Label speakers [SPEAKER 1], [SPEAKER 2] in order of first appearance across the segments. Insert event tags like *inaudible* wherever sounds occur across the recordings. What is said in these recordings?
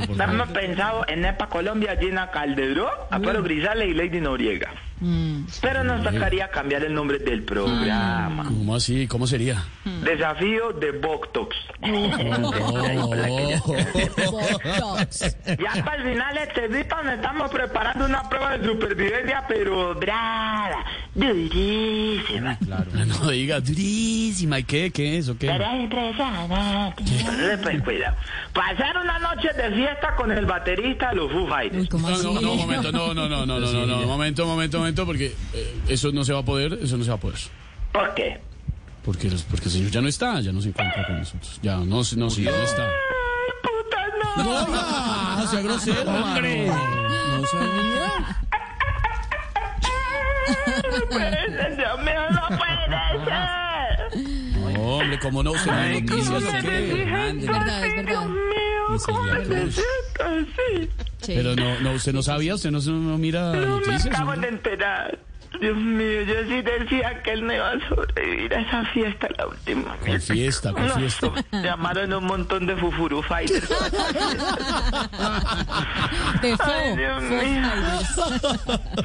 [SPEAKER 1] Hemos pensado en EPA Colombia, Gina Calderón, Aparo Grisales y Lady Noriega. Pero nos tocaría cambiar el nombre del programa.
[SPEAKER 2] ¿Cómo así? ¿Cómo sería?
[SPEAKER 1] Desafío de Boctox.
[SPEAKER 2] Oh.
[SPEAKER 1] Ya para el final de este día nos estamos preparando una prueba de supervivencia, pero brada,
[SPEAKER 2] *laughs*
[SPEAKER 1] durísima.
[SPEAKER 2] No diga durísima. ¿Y qué? ¿Qué es? ¿O qué?
[SPEAKER 1] Pero es impresionante. Entonces, pues, cuidado. Pasar una noche de fiesta con el baterista de los Foo Fighters.
[SPEAKER 3] Uy, ¿cómo
[SPEAKER 2] No, no,
[SPEAKER 3] así?
[SPEAKER 2] no, momento, no, no, no, no, no, no, no, momento, momento, momento, porque eh, eso no se va a poder, eso no se va a poder.
[SPEAKER 1] ¿Por qué?
[SPEAKER 2] Porque, los- porque el señor ya no está, ya no se encuentra con nosotros. Ya, no, no, sí, no está.
[SPEAKER 1] Ay, puta, no.
[SPEAKER 2] No, no Ah, sea grosero, hombre. No sabía.
[SPEAKER 1] No puede ser, Dios mío, no puede ser.
[SPEAKER 2] No, hombre, cómo no, usted no hay noticias, ¿o qué?
[SPEAKER 3] Es verdad, es verdad. Sí.
[SPEAKER 2] Pero no, no, usted no sabía, usted no, no mira noticias.
[SPEAKER 1] Me acabo
[SPEAKER 2] ¿no?
[SPEAKER 1] de enterar. Dios mío, yo sí decía que él no iba a sobrevivir a esa fiesta la última.
[SPEAKER 2] Con fiesta, con
[SPEAKER 1] No,
[SPEAKER 2] fiesta.
[SPEAKER 1] Llamaron a un montón de fufuru
[SPEAKER 3] *laughs*
[SPEAKER 1] fighters.
[SPEAKER 3] De Fo,
[SPEAKER 1] Ay, Dios
[SPEAKER 3] Fo
[SPEAKER 1] mío.
[SPEAKER 3] Fighters.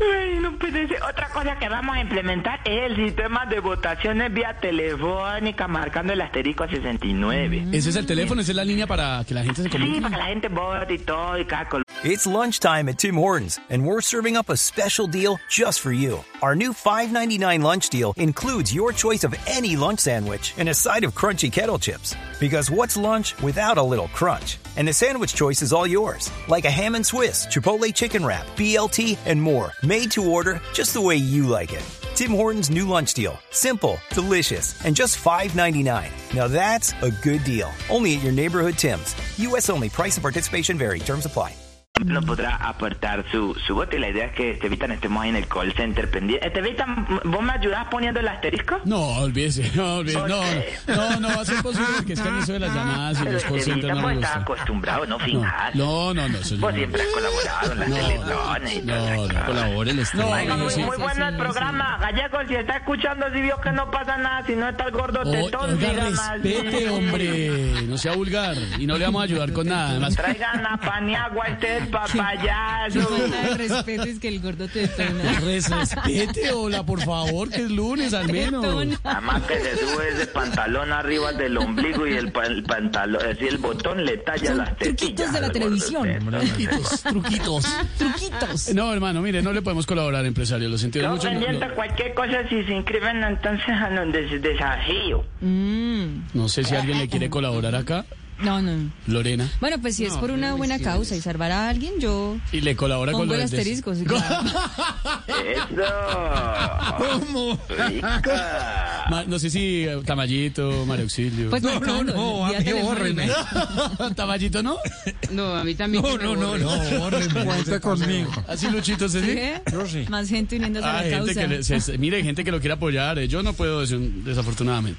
[SPEAKER 1] Ay, no puede ser. Otra cosa que vamos a implementar es el sistema de votaciones vía telefónica marcando el asterisco 69.
[SPEAKER 3] Mm.
[SPEAKER 2] Ese es el teléfono, esa es la línea para que la gente se
[SPEAKER 1] Sí,
[SPEAKER 2] comunique.
[SPEAKER 1] para que la gente vote y todo y cada col-
[SPEAKER 4] It's lunchtime at Tim Hortons, and we're serving up a special deal just for you. Our new $5.99 lunch deal includes your choice of any lunch sandwich and a side of crunchy kettle chips. Because what's lunch without a little crunch? And the sandwich choice is all yours, like a ham and Swiss, Chipotle chicken wrap, BLT, and more, made to order just the way you like it. Tim Hortons' new lunch deal. Simple, delicious, and just $5.99. Now that's a good deal. Only at your neighborhood Tim's. U.S. only. Price and participation vary. Terms apply.
[SPEAKER 1] no podrá aportar su, su voto y la idea es que Estevitan estemos ahí en el call center pendiente. Estevitan, ¿vos me ayudás poniendo el asterisco?
[SPEAKER 2] No, olvídese, *laughs* no, olvídese, no, no, no, no va a ser posible porque es que a mí eso de las llamadas y
[SPEAKER 1] Ah, Pero
[SPEAKER 2] los call centers
[SPEAKER 1] Estevitan,
[SPEAKER 2] no
[SPEAKER 1] vos
[SPEAKER 2] me
[SPEAKER 1] estás
[SPEAKER 2] gusta.
[SPEAKER 1] acostumbrado, no finjas.
[SPEAKER 2] No, no, no, eso yo
[SPEAKER 1] Vos
[SPEAKER 2] no.
[SPEAKER 1] siempre has colaborado en las televisiones y todo
[SPEAKER 2] No,
[SPEAKER 1] eso.
[SPEAKER 2] no, colabore el No,
[SPEAKER 1] Oiga,
[SPEAKER 2] no,
[SPEAKER 1] muy,
[SPEAKER 2] este sí.
[SPEAKER 1] muy bueno el programa. Gallego, si está escuchando, si vio que no pasa nada, si no está el gordo
[SPEAKER 2] O-
[SPEAKER 1] tetón,
[SPEAKER 2] Oiga,
[SPEAKER 1] sigan así.
[SPEAKER 2] respete, hombre, no sea vulgar y no le vamos a ayudar con nada. Además,
[SPEAKER 1] Traigan a Paniagua,
[SPEAKER 2] *laughs*
[SPEAKER 1] este es papayazo.
[SPEAKER 3] Falta de respeto es que el gordo te tona.
[SPEAKER 2] res- respete, hola, por favor, que es lunes al menos.
[SPEAKER 3] Tona.
[SPEAKER 1] Además que se sube ese pantalón arriba del ombligo y el, pa- el pantalón, es decir, el botón le talla
[SPEAKER 3] Son
[SPEAKER 1] las tetillas.
[SPEAKER 3] truquitos de la
[SPEAKER 1] al gordo
[SPEAKER 3] televisión.
[SPEAKER 1] tetón.
[SPEAKER 2] Truquitos, truquitos.
[SPEAKER 3] Truquitos.
[SPEAKER 2] No, hermano, mire, no le podemos colaborar, empresario, lo sentimos
[SPEAKER 1] Yo
[SPEAKER 2] mucho. no-
[SPEAKER 1] pendiente a cualquier cosa si se inscriben entonces a los des-
[SPEAKER 2] *laughs*
[SPEAKER 1] desafío.
[SPEAKER 2] no sé si alguien le quiere colaborar acá,
[SPEAKER 3] Mm, No, no.
[SPEAKER 2] Lorena.
[SPEAKER 3] Bueno, pues si es por una buena causa y salvar a alguien, yo
[SPEAKER 2] Y le colabora con
[SPEAKER 3] pongo
[SPEAKER 2] lo del
[SPEAKER 3] el
[SPEAKER 2] des-
[SPEAKER 3] asterisco.
[SPEAKER 2] *laughs*
[SPEAKER 3] sí, claro.
[SPEAKER 1] Eso.
[SPEAKER 5] ¿Cómo?
[SPEAKER 1] Rica.
[SPEAKER 2] Ma- no sé si eh, Tamayito, Mario Auxilio.
[SPEAKER 3] Pues
[SPEAKER 5] No, no,
[SPEAKER 3] marcando,
[SPEAKER 5] no, a
[SPEAKER 3] vía
[SPEAKER 5] mí
[SPEAKER 3] telefónica.
[SPEAKER 5] bórreme.
[SPEAKER 2] *laughs* Tamayito, ¿no?
[SPEAKER 6] No, a mí también.
[SPEAKER 5] No,
[SPEAKER 6] que me
[SPEAKER 5] no, no,
[SPEAKER 6] borren.
[SPEAKER 5] no, bórreme. Cuenta conmigo.
[SPEAKER 2] Así Luchito se dice.
[SPEAKER 3] ¿Qué?
[SPEAKER 5] Yo sí.
[SPEAKER 3] Más gente uniéndose a
[SPEAKER 2] Ah,
[SPEAKER 3] la
[SPEAKER 2] gente
[SPEAKER 3] causa.
[SPEAKER 2] que le- se- se- mire, gente que lo quiere apoyar. eh, Yo no puedo, des- desafortunadamente.